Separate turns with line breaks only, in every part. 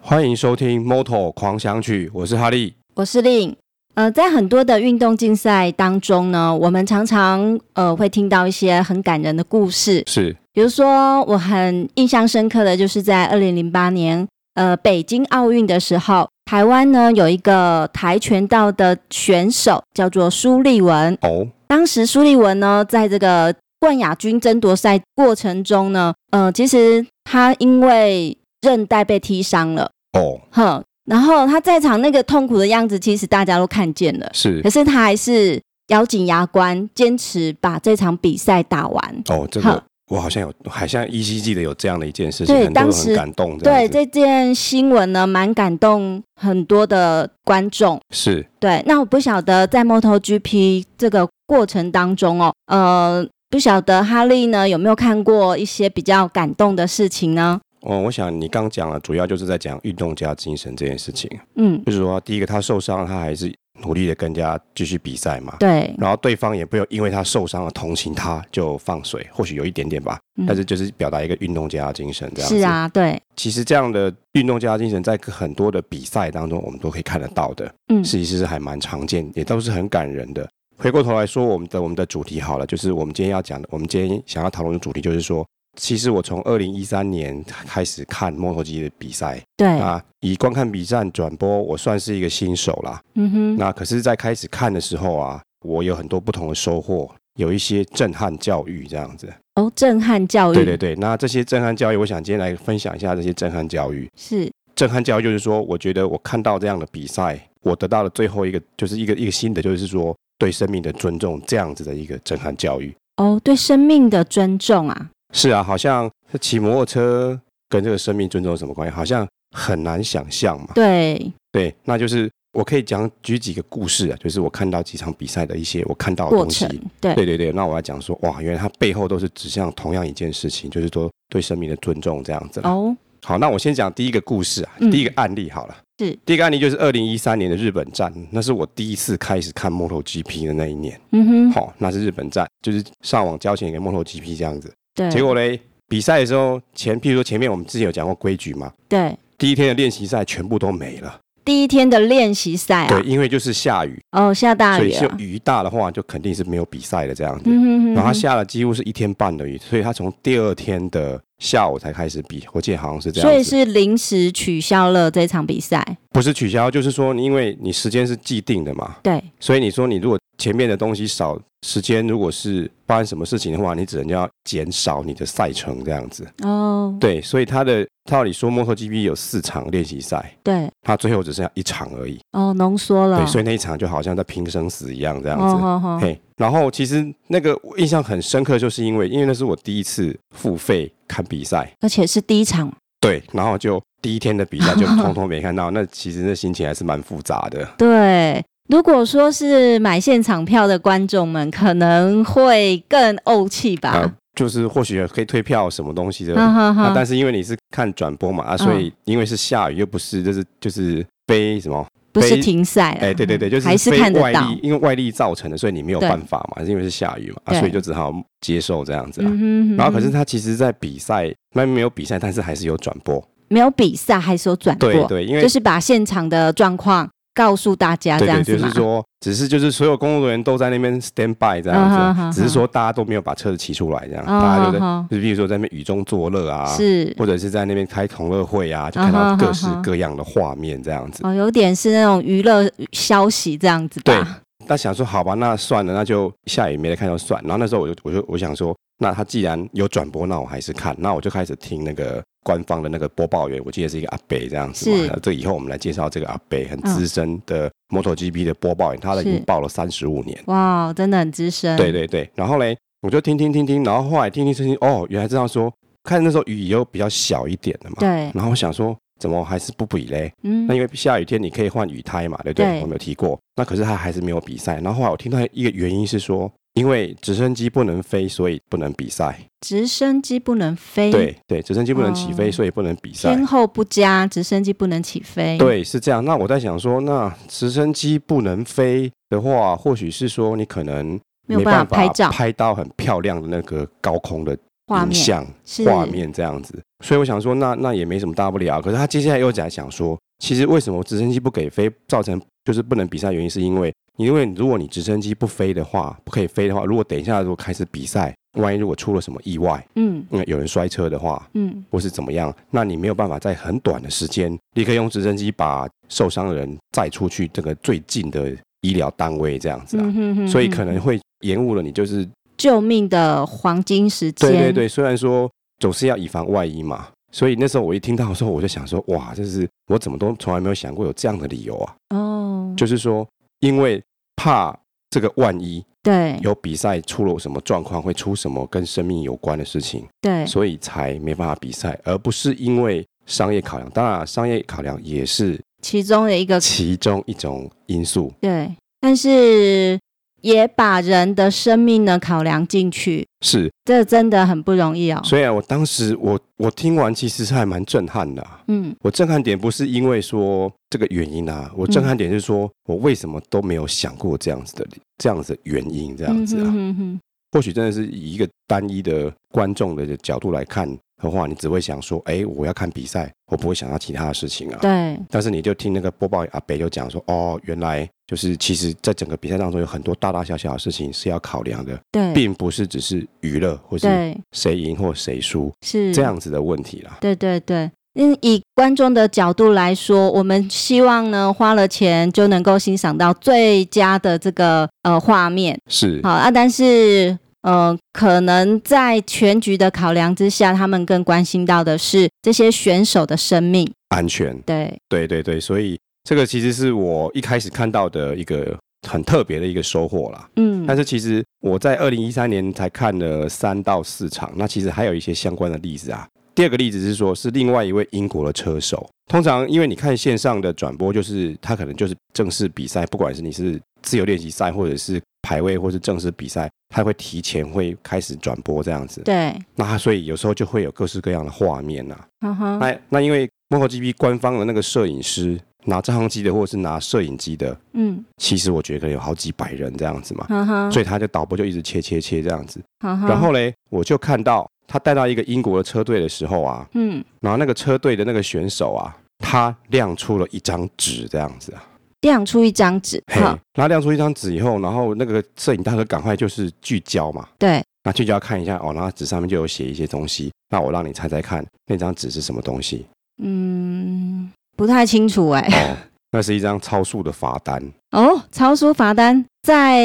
欢迎收听《Moto 狂想曲》，我是哈利。
我是令。呃，在很多的运动竞赛当中呢，我们常常呃会听到一些很感人的故事，
是
比如说我很印象深刻的就是在二零零八年呃北京奥运的时候，台湾呢有一个跆拳道的选手叫做苏立文，
哦，
当时苏立文呢在这个冠亚军争夺赛过程中呢，呃，其实他因为韧带被踢伤了。
哦，
哼，然后他在场那个痛苦的样子，其实大家都看见了，
是
可是他还是咬紧牙关，坚持把这场比赛打完。
哦，这个
好
我好像有，我好像依稀记得有这样的一件事情，
对
很多人
当时
很感动这
对
样子。
这件新闻呢，蛮感动很多的观众。
是
对，那我不晓得在 MotoGP 这个过程当中哦，呃，不晓得哈利呢有没有看过一些比较感动的事情呢？
哦，我想你刚讲了，主要就是在讲运动家精神这件事情，
嗯，
就是说，第一个他受伤，他还是努力的更加继续比赛嘛。
对，
然后对方也不要因为他受伤了同情他就放水，或许有一点点吧，
嗯
但是就是表达一个运动家精神这样子。
是，啊，对，
其实这样的运动家精神在很多的比赛当中我们都可以看得到的。
嗯，
其实是还蛮常见，也都是很感人的。回过头来说，我们的我们的主题好了，就是我们今天要讲的，我们今天想要讨论的主题就是说，其实我从二零一三年开始看 MotoGP 的比赛
对，
啊，以观看比赛转播，我算是一个新手啦。
嗯哼，
那可是，在开始看的时候啊，我有很多不同的收获，有一些震撼教育这样子。
哦，震撼教育，
对对对，那这些震撼教育，我想今天来分享一下这些震撼教育。
是，
震撼教育就是说，我觉得我看到这样的比赛，我得到了最后一个就是一个一个新的，就是说对生命的尊重这样子的一个震撼教育。
哦，对生命的尊重啊，
是啊，好像骑摩托车跟这个生命尊重有什么关系？好像很难想象嘛。
对，
对，那就是我可以讲举几个故事啊，就是我看到几场比赛的一些我看到的
过
东西
程。，对，
对对对，那我要讲说，哇，原来它背后都是指向同样一件事情，就是说对生命的尊重这样子啦。
哦，
好，那我先讲第一个故事啊，
嗯
第一个案例好了。
是
第一个案例就是二零一三年的日本站，那是我第一次开始看 MotoGP 的那一年。
嗯哼，
好、那是日本站，就是上网交钱给 MotoGP 这样子。
对，
结果嘞，比赛的时候前，譬如说前面我们之前有讲过规矩嘛，
对，
第一天的练习赛全部都没了。
第一天的练习赛
对
啊，，
因为就是下雨，
哦，下大
所以
雨
就
了，
雨大的话，就肯定是没有比赛的这样子。
嗯哼哼哼，
然后它下了几乎是一天半的雨，所以它从第二天的下午才开始比，我记得好像是这样
所
子。
以是临时取消了这场比赛，
不是取消，就是说，你因为你时间是既定的嘛，
对，
所以你说你如果前面的东西少，时间如果是发生什么事情的话，你只能要减少你的赛程这样子。
哦，
对，所以他的照理说，MotoGP 有四场练习赛，
对，
他最后只剩下一场而已。
哦，浓缩了，
对，所以那一场就好像在拼生死一样这样
哦
子。
吼吼，
嘿，然后其实那个我印象很深刻，就是因为因为那是我第一次付费看比赛，
而且是第一场，
对，然后就第一天的比赛就通通没看到，那其实那心情还是蛮复杂的。
对。如果说是买现场票的观众们，可能会更怄气吧。嗯
啊，就是或许可以退票什么东西的。
哈哈
啊
哈，，
但是因为你是看转播嘛，
嗯
啊，所以因为是下雨，又不是就是就是非什么，
不是
非
停赛了，嗯
哎，对对对，就是
啊还是
非
看得
外
到
力，因为外力造成的，所以你没有
对
办法嘛，因为是下雨嘛，啊，
对
所以就只好接受这样子啦。
嗯哼哼
然后可是
哼
他其实，在比赛那没有比赛，但是还是有转播，
没有比赛，还是有转播，
对对，因为
就是把现场的状况告诉大家，这
对
样
对，
子
就
嘛。
是说，只是就是所有工作人员都在那边 stand by 这
嗯哼
样
哼
子，只是
哼
说大家都没有把车子骑出来这样，
哦
大家就在
好
就是比如说在那边雨中作乐啊，
是
或者是在那边开同乐会啊，就
啊
看到
哈
各
哈
式
哈
各样的画面这样子。
哦，有点是那种娱乐消息这样子吧。
那想说，好吧，那算了，那就下雨没得看就算。然后那时候我就我就我想说，那他既然有转播，那我还是看。那我就开始听那个官方的那个播报员，我记得是一个阿北这样子嘛
是。嗯
那这以后我们来介绍这个阿北，很资深的 MotoGP 的播报员，他已经
是嗯
报了三十五年。
哇，真的很资深。
对对对，然后嘞，我就听听听听，然后后来听听听听，哦，原来这样说，看那时候雨又比较小一点的嘛。
对
然后我想说，怎么还是不比嘞？
嗯
那，因为下雨天你可以换雨胎嘛，对不对？
对
我们有提过。那可是他还是没有比赛。然后后来我听到一个原因是说，因为直升机不能飞，所以不能比赛。
直升机不能飞，
对对，直升机不能起飞，
哦
所以不能比赛
天。候不佳，直升机不能起飞。，
对，是这样。那我在想说，那直升机不能飞的话，或许是说你可能
没有
办
办法拍照
拍到很漂亮的那个高空的
画
影
面，
像
是
画面这样子。所以我想说那，那也没什么大不了。可是他接下来又在想说，其实为什么直升机不给飞，造成就是不能比赛，原因是因为因为如果你直升机不飞的话，不可以飞的话，如果等一下如果开始比赛，万一如果出了什么意外，
嗯
嗯，有人摔车的话，
嗯，
或是怎么样，那你没有办法在很短的时间立刻用直升机把受伤的人载出去这个最近的医疗单位这样子啊，
嗯哼哼
所以可能
哼
会延误了你就是
救命的黄金时间，
对对对，虽然说总是要以防万一嘛，所以那时候我一听到的时候，我就想说，哇，这是我怎么都从来没有想过有这样的理由啊，
哦，
就是说因为怕这个万一
对
有比赛出了什么状况，会出什么跟生命有关的事情。
对，
所以才没办法比赛，而不是因为商业考量。当然，商业考量也是
其中的一个
其中一种因素。
对，但是也把人的生命呢考量进去，
是，
这真的很不容易哦。
虽然我当时我我听完其实是还蛮震撼的啊、
嗯
我震撼点不是因为说这个原因啊，我震
嗯
撼点是说我为什么都没有想过这样子的这样子的原因这
这
样子啊。
嗯哼哼
或许真的是以一个单一的观众的角度来看的话，你只会想说，哎，我要看比赛，我不会想到其他的事情啊
哼。对，
但是你就听那个播报员阿北就讲说，哦，原来就是其实在整个比赛当中有很多大大小小的事情是要考量的，
对，
并不是只是娱乐或是
对
谁赢或谁输
是
这。样子的问题啦。
对对对，嗯，以观众的角度来说，我们希望呢，花了钱就能够欣赏到最佳的这个呃画面。
是
好啊，但是呃，可能在全局的考量之下，他们更关心到的是这些选手的生命。
安全，
对，
对对对，所以这个其实是我一开始看到的一个很特别的一个收获啦。
嗯，
但是其实我在二零一三年才看了三到四场，那其实还有一些相关的例子啊。第二个例子是说，是另外一位英国的车手。通常因为你看线上的转播，就是他可能就是正式比赛，不管是你是自由练习赛，或者是排位，或是正式比赛，他会提前会开始转播这样子。
对，
那他所以有时候就会有各式各样的画面啊。
哈哈，
那那因为 MotoGP 官方的那个摄影师拿照相机的，或者是拿摄影机的，
嗯，
其实我觉得可能有好几百人这样子嘛。
哈哈，
所以他就导播就一直切切切这样子。
哈哈，
然后嘞，我就看到他带到一个英国的车队的时候啊，
嗯，
然后那个车队的那个选手啊，他亮出了一张纸这样子啊，
亮出一张纸，
嘿，
好，
然后亮出一张纸以后，然后那个摄影大哥赶快就是聚焦嘛，
对，
那聚焦看一下哦，然后纸上面就有写一些东西，那我让你猜猜看那张纸是什么东西
嗯，不太清楚哎、
哦，那是一张超速的罚单，
哦，超速罚单在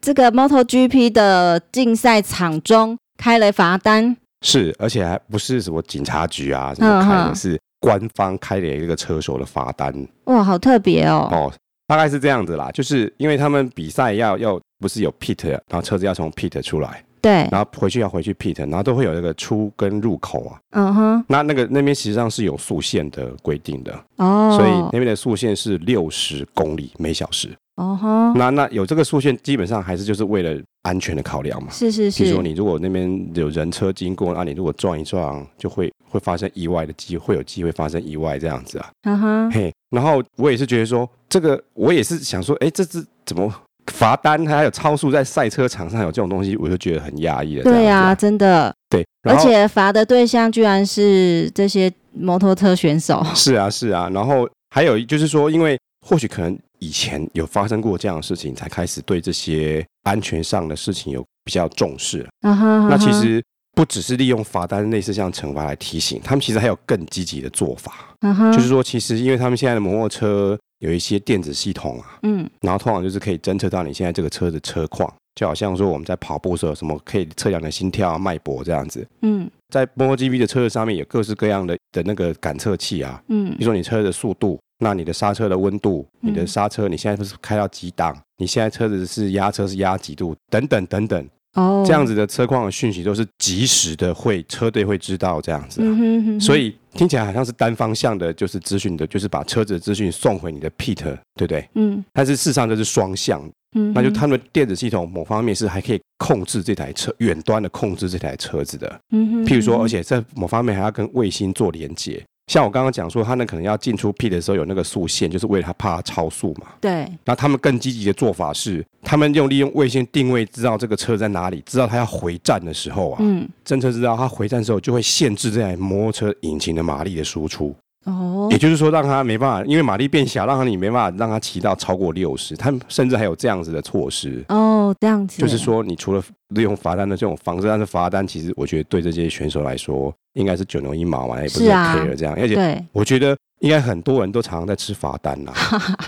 这个 MotoGP 的竞赛场中开了罚单，
是，而且还不是什么警察局啊什么开
嗯
的，
嗯
是官方开的一个车手的罚单。
哇，好特别哦。
哦，大概是这样子啦，就是因为他们比赛要要不是有 pit，然后车子要从 pit 出来，
对，
然后回去要回去 pit，然后都会有那个出跟入口啊。
嗯哼，
那那个那边实际上是有速限的规定的，
哦，
所以那边的速限是六十公里每小时。
哦吼，
那那有这个速限，基本上还是就是为了安全的考量嘛。
是是
比如说
是，
你如果那边有人车经过，啊那你如果撞一撞，就会会发生意外的机会，会有机会发生意外这样子啊。
嗯哼，
嘿，然后我也是觉得说，这个我也是想说，哎，这是怎么罚单还有超速在赛车场上有这种东西，我就觉得很讶异了。
对
呀、
啊，真的，
对，
而
然后
且罚的对象居然是这些摩托车选手。
是啊是啊，然后还有就是说，因为或许可能以前有发生过这样的事情，才开始对这些安全上的事情有比较重视。
嗯哼，
那
嗯哼
其实。不只是利用罚单类似像惩罚来提醒他们，其实还有更积极的做法，
嗯哼，
就是说，其实因为他们现在的摩托车有一些电子系统啊，
嗯，
然后通常就是可以侦测到你现在这个车的车况，就好像说我们在跑步的时候，什么可以测量你的心跳啊、脉搏这样子。
嗯
在 MotoGP 的车子上面有各式各样的的那个感测器啊，
嗯
比如说你车的速度，那你的刹车的温度，
嗯
你的刹车你现在是开到几档，你现在车子是压车是压几度，等等等等，
哦，
这样，子啊的车况的讯息都是及时的会车队会知道这样子啊、
嗯哼哼，
所以听起来好像是单方向的，就是资讯的，就是把车子的资讯送回你的 pit，对不对？
嗯
但是事实上这是双向的
嗯哼，
那就他们的电子系统某方面是还可以控制这台车，远端的控制这台车子的。
嗯哼，
譬如说，
嗯
而且在某方面还要跟卫星做连接，像我刚刚讲说，他们可能要进出 P 的时候有那个速限，就是为了他怕超速嘛。
对，
那他们更积极的做法是，他们用利用卫星定位知道这个车在哪里，知道他要回站的时候啊，
嗯，
侦测知道他回站之后，就会限制这台摩托车引擎的马力的输出，
哦
也，就是说让他没办法，因为马力变小，让他你没办法让他骑到超过六十，他们甚至还有这样子的措施。
哦，这样子，
就是，说，你除了利用罚单的这种方式，但是罚单其实我觉得对这些选手来说，应该是九牛一毛嘛，也不
是
是
啊
care 这样。而且
对，
我觉得应该很多人都常常在吃罚单啦、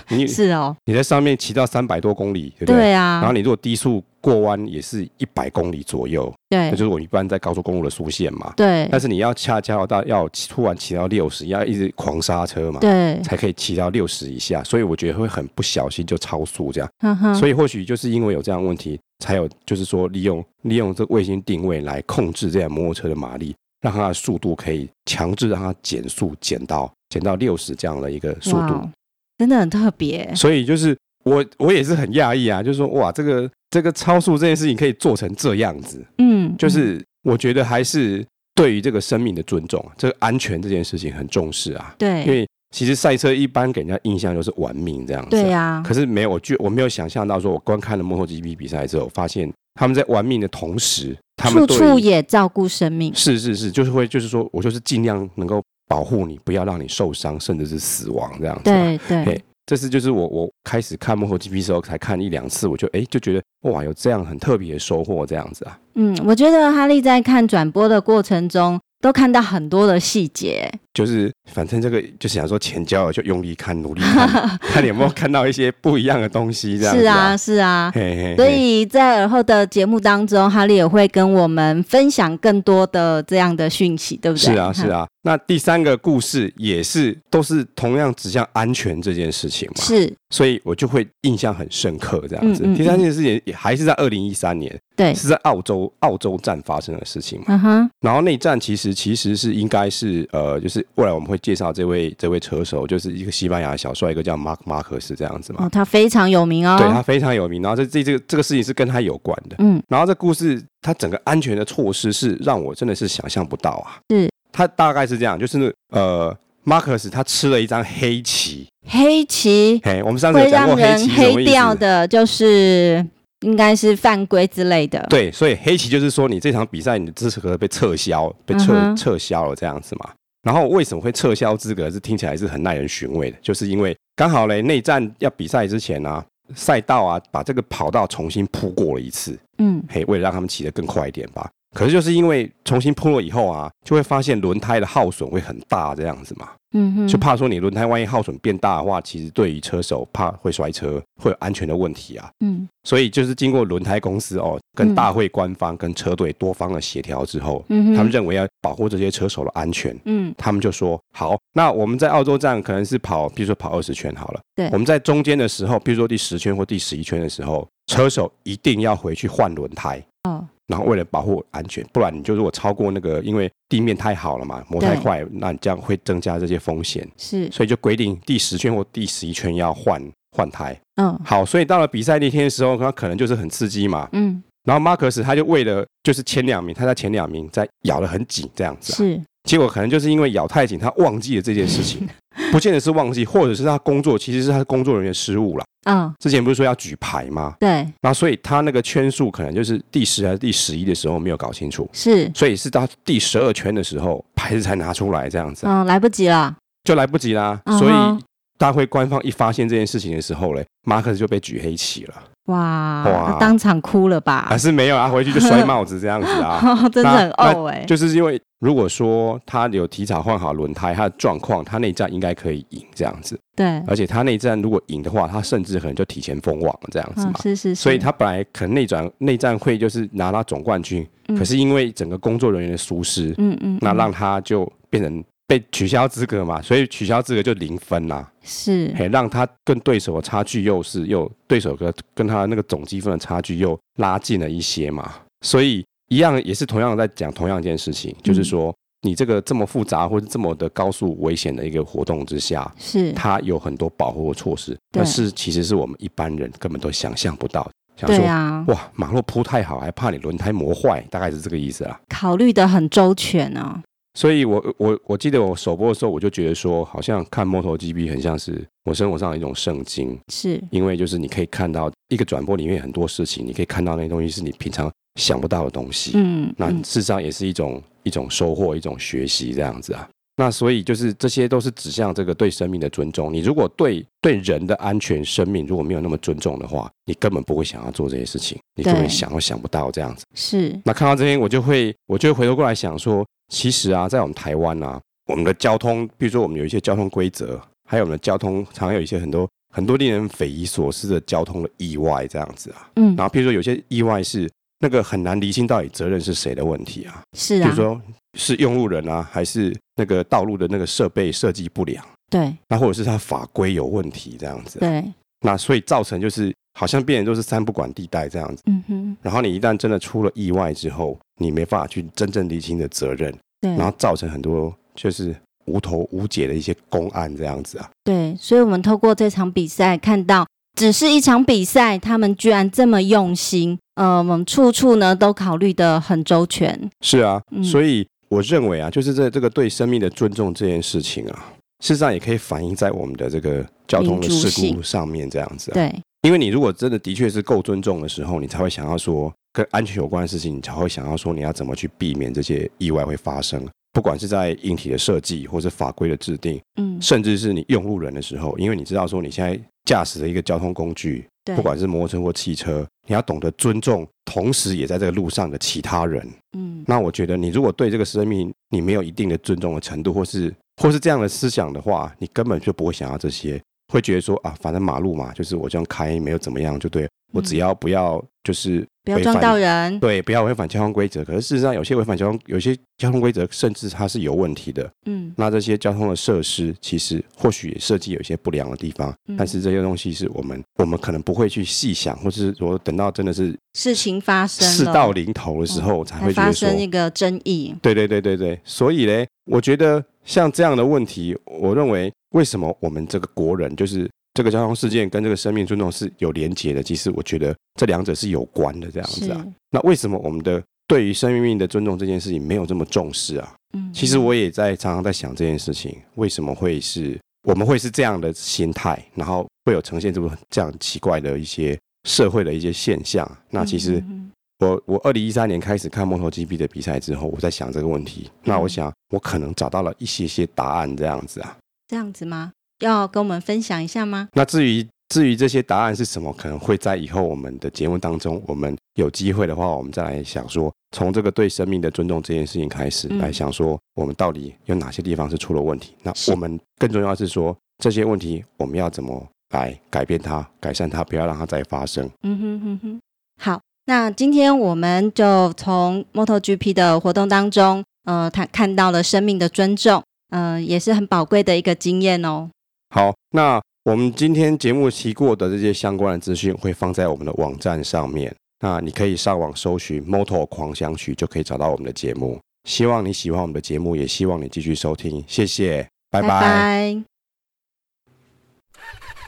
你
是哦，
你在上面骑到三百多公里，对不对？
对
然
啊
后，你如果低速过弯也是一百公里左右，那
对
就是我们一般在高速公路的速限嘛。
对
但是你要下加油到要突然骑到六十，要一直狂刹车嘛，
对，
才可以骑到六十以下。所以我觉得会很不小心就超速这样。
哼哼，
所以或许就是因为有这样的问题，才有就是说利用利用这个卫星定位来控制这台摩托车的马力，让它的速度可以强制让它减速减到减到六十这样的一个速
哇
度。
哦真的很特别，
所以就是我我也是很讶异啊，就是说哇，这个这个超速这件事情可以做成这样子，
嗯，
就
嗯
是我觉得还是对于这个生命的尊重，啊这个安全这件事情很重视啊。
对，
因为其实赛车一般给人家印象就是玩命这样子、啊
对、啊呀、
可是没有，我就我没有想象到，说我观看了 MotoGP 比赛之后，发现他们在玩命的同时，他们
处
对于
处也照顾生命，
是是是，就是会就是说我就是尽量能够保护你，不要让你受伤，甚至是死亡这样子、啊。
对对
嘿，这次就是我我开始看幕后 GP 时候才看一两次，我就哎就觉得哇有这样很特别的收获这样子啊，
嗯，我觉得哈利在看转播的过程中，都看到很多的细节，
就是反正这个就是想说前交友就用力看，努力看， 看你有没有看到一些不一样的东西这样
是
子、
啊
啊。
是啊。
嘿嘿嘿
所以在尔后的节目当中，哈利也会跟我们分享更多的这样的讯息，对不嗯对？
是啊是
哈，
啊，那第三个故事也是都是同样指向安全这件事情嘛，
是，
所以我就会印象很深刻这样子。
嗯嗯
第三件事情也还是在二零一三年，
对，
是在澳洲澳洲站发生的事情嘛。
嗯哼，
然后内战其实其实是应该是呃，就是未来我们会介绍这位这位车手，就是一个西班牙小帅哥叫马马克斯这样子嘛，
哦，他非常有名哦，
对他非常有名。然后这这这个这个事情是跟他有关的。
嗯，
然后这故事他整个安全的措施是让我真的是想象不到啊。
是，
他大概是这样，就是呃。马克斯他吃了一张黑棋，
黑棋
嘿，我们上次有
会
讲
让
过黑棋是什
人
么
黑
意
掉
思？
的，就是应该是犯规之类的，
对，所以黑棋就是说你这场比赛你的资格被撤销，被撤、
嗯哼
撤销了这样子嘛。然后为什么会撤销资格？是听起来是很耐人寻味的，就是因为刚好嘞，内战要比赛之前啊，赛道啊把这个跑道重新铺过了一次，
嗯，
嘿，为了让他们骑得更快一点吧。可是就是因为重新铺了以后啊，就会发现轮胎的耗损会很大这样子嘛，
嗯哼，
就怕说你轮胎万一耗损变大的话，其实对于车手怕会摔车，会有安全的问题啊。
嗯
所以就是经过轮胎公司哦，
嗯
跟大会官方、跟车队多方的协调之后，
嗯哼，
他们认为要保护这些车手的安全，
嗯
他们就说好，那我们在澳洲站可能是跑，比如说跑二十圈好了，
对
我们在中间的时候，比如说第十圈或第十一圈的时候，车手一定要回去换轮胎。
哦
然后为了保护安全，不然你就如果超过那个，因为地面太好了嘛，磨太
对
快，那你这样会增加这些风险，
是
所以就规定第十圈或第十一圈要换换胎。
嗯
好，所以到了比赛那天的时候，他可能就是很刺激嘛。
嗯
然后马克斯他就为了就是前两名，他在前两名在咬得很紧这样子、啊，
是
结果可能就是因为咬太紧，他忘记了这件事 情，不见得是忘记，或者是他工作其实是他工作人员失误了。
嗯
之前不是说要举牌吗？
对
那所以他那个圈数可能就是第十还是第十一的时候没有搞清楚，
是
所以是到第十二圈的时候牌子才拿出来这样子啊、
嗯来不及了
就来不及啦。
嗯哼
所以大会官方一发现这件事情的时候嘞，马克斯就被举黑旗了。
哇
哇
当场哭了吧？
还是没有啊，回去就摔帽子这样子 啊。
真的很
那
呕哎、
就是因为如果说他有提早换好轮胎，他的状况，他那一站应该可以赢这样子。
对，
而且他那一站如果赢的话，他甚至可能就提前封王了这样子
嗯
嘛。
是是是，
所以他本来可能内转内战会就是拿到总冠军，
嗯
可是因为整个工作人员的疏失，
嗯嗯，
那
嗯
让他就变成被取消资格嘛，所以取消资格就零分啊啦、
是
嘿，让他跟对手的差距又是又对手跟跟他那个总积分的差距又拉近了一些嘛，所以一样也是同样在讲同样一件事情，
嗯
就是说你这个这么复杂或者这么的高速危险的一个活动之下，
是
它有很多保护措施，
对
但是其实是我们一般人根本都想象不到，想
对
说、
啊，
哇马路铺太好，还怕你轮胎磨坏，大概是这个意思啦。
考虑的很周全哦。
所以我我我记得我首播的时候，我就觉得说，好像看 MotoGP 很像是我生活上的一种圣经，
是
因为就是你可以看到一个转播里面很多事情，你可以看到那些东西是你平常想不到的东西。
嗯，
那
嗯
事实上也是一种一种收获，一种学习这样子啊。那所以就是这些都是指向这个对生命的尊重。你如果对对人的安全、生命如果没有那么尊重的话，你根本不会想要做这些事情，你根
对
本想都想不到这样子。
是
那看到这些，我就会我就会回头过来想说，其实啊，在我们台湾啊，我们的交通，比如说我们有一些交通规则，还有我们的交通，常常有一些很多很多令人匪夷所思的交通的意外这样子啊。
嗯
然后，譬如说有些意外是那个很难厘清到底责任是谁的问题啊，
是
比如
啊，
说是用路人啊，还是那个道路的那个设备设计不良，
对
那或者是它法规有问题这样子啊、
对，
那所以造成就是好像变成都是三不管地带这样子。
嗯哼，
然后你一旦真的出了意外之后，你没办法去真正厘清你的责任，
对
然后造成很多就是无头无解的一些公案这样子啊。
对，所以我们透过这场比赛看到，只是一场比赛，他们居然这么用心，呃，我们处处呢都考虑的很周全，
是啊，
嗯
所以我认为啊，就是这这个对生命的尊重这件事情啊，事实上也可以反映在我们的这个交通的
民主
事故
性
上面这样子、啊。
对，
因为你如果真的的确是够尊重的时候，你才会想要说跟安全有关的事情，你才会想要说你要怎么去避免这些意外会发生。不管是在硬体的设计，或是法规的制定，
嗯，
甚至是你用路人的时候，因为你知道说你现在驾驶的一个交通工具，
对，
不管是摩托车或汽车，你要懂得尊重，同时也在这个路上的其他人。
嗯，
那我觉得你如果对这个生命你没有一定的尊重的程度，或是或是这样的思想的话，你根本就不会想要这些，会觉得说啊，反正马路嘛，就是我这样开没有怎么样就对，我只要不要就是
不要
违
撞
反
到人，
对，不要违反交通规则。可是事实上，有些违反交通，有些交通规则甚至它是有问题的。
嗯，
那这些交通的设施，其实或许也设计有一些不良的地方，
嗯
但是这些东西是我们我们可能不会去细想，或是说等到真的是
事情发生
事
了
到临头的时候，才
才
会觉
嗯发
得说
生，一个争议，
对对对对对。所以嘞，我觉得像这样的问题，我认为为什么我们这个国人就是。这个交通事件跟这个生命尊重是有连结的，其实我觉得这两者是有关的，这样子
是
啊。，那为什么我们的对于生命的尊重这件事情没有这么重视啊？
嗯，
其实我也在常常在想这件事情，为什么会是我们会是这样的心态，然后会有呈现这么这样奇怪的一些社会的一些现象？那其实
嗯
我我二零一三年开始看 MotoGP 的比赛之后，我在想这个问题。那我想我可能找到了一些些答案这样子啊。
这样子吗？要跟我们分享一下吗？
那至于至于这些答案是什么，可能会在以后我们的节目当中，我们有机会的话，我们再来想说，从这个对生命的尊重这件事情开始，
嗯
来想说我们到底有哪些地方是出了问题。那
是
我们更重要的是说，这些问题我们要怎么来改变它、改善它，不要让它再发生。
嗯哼哼哼，好，那今天我们就从 MotoGP 的活动当中，呃，看看到了生命的尊重，呃，也是很宝贵的一个经验哦。
好，那我们今天节目提过的这些相关的资讯会放在我们的网站上面，那你可以上网搜寻 “Moto 狂想曲”就可以找到我们的节目。希望你喜欢我们的节目，也希望你继续收听，谢谢，拜拜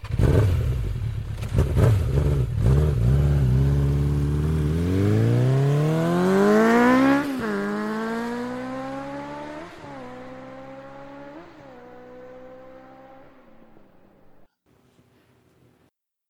拜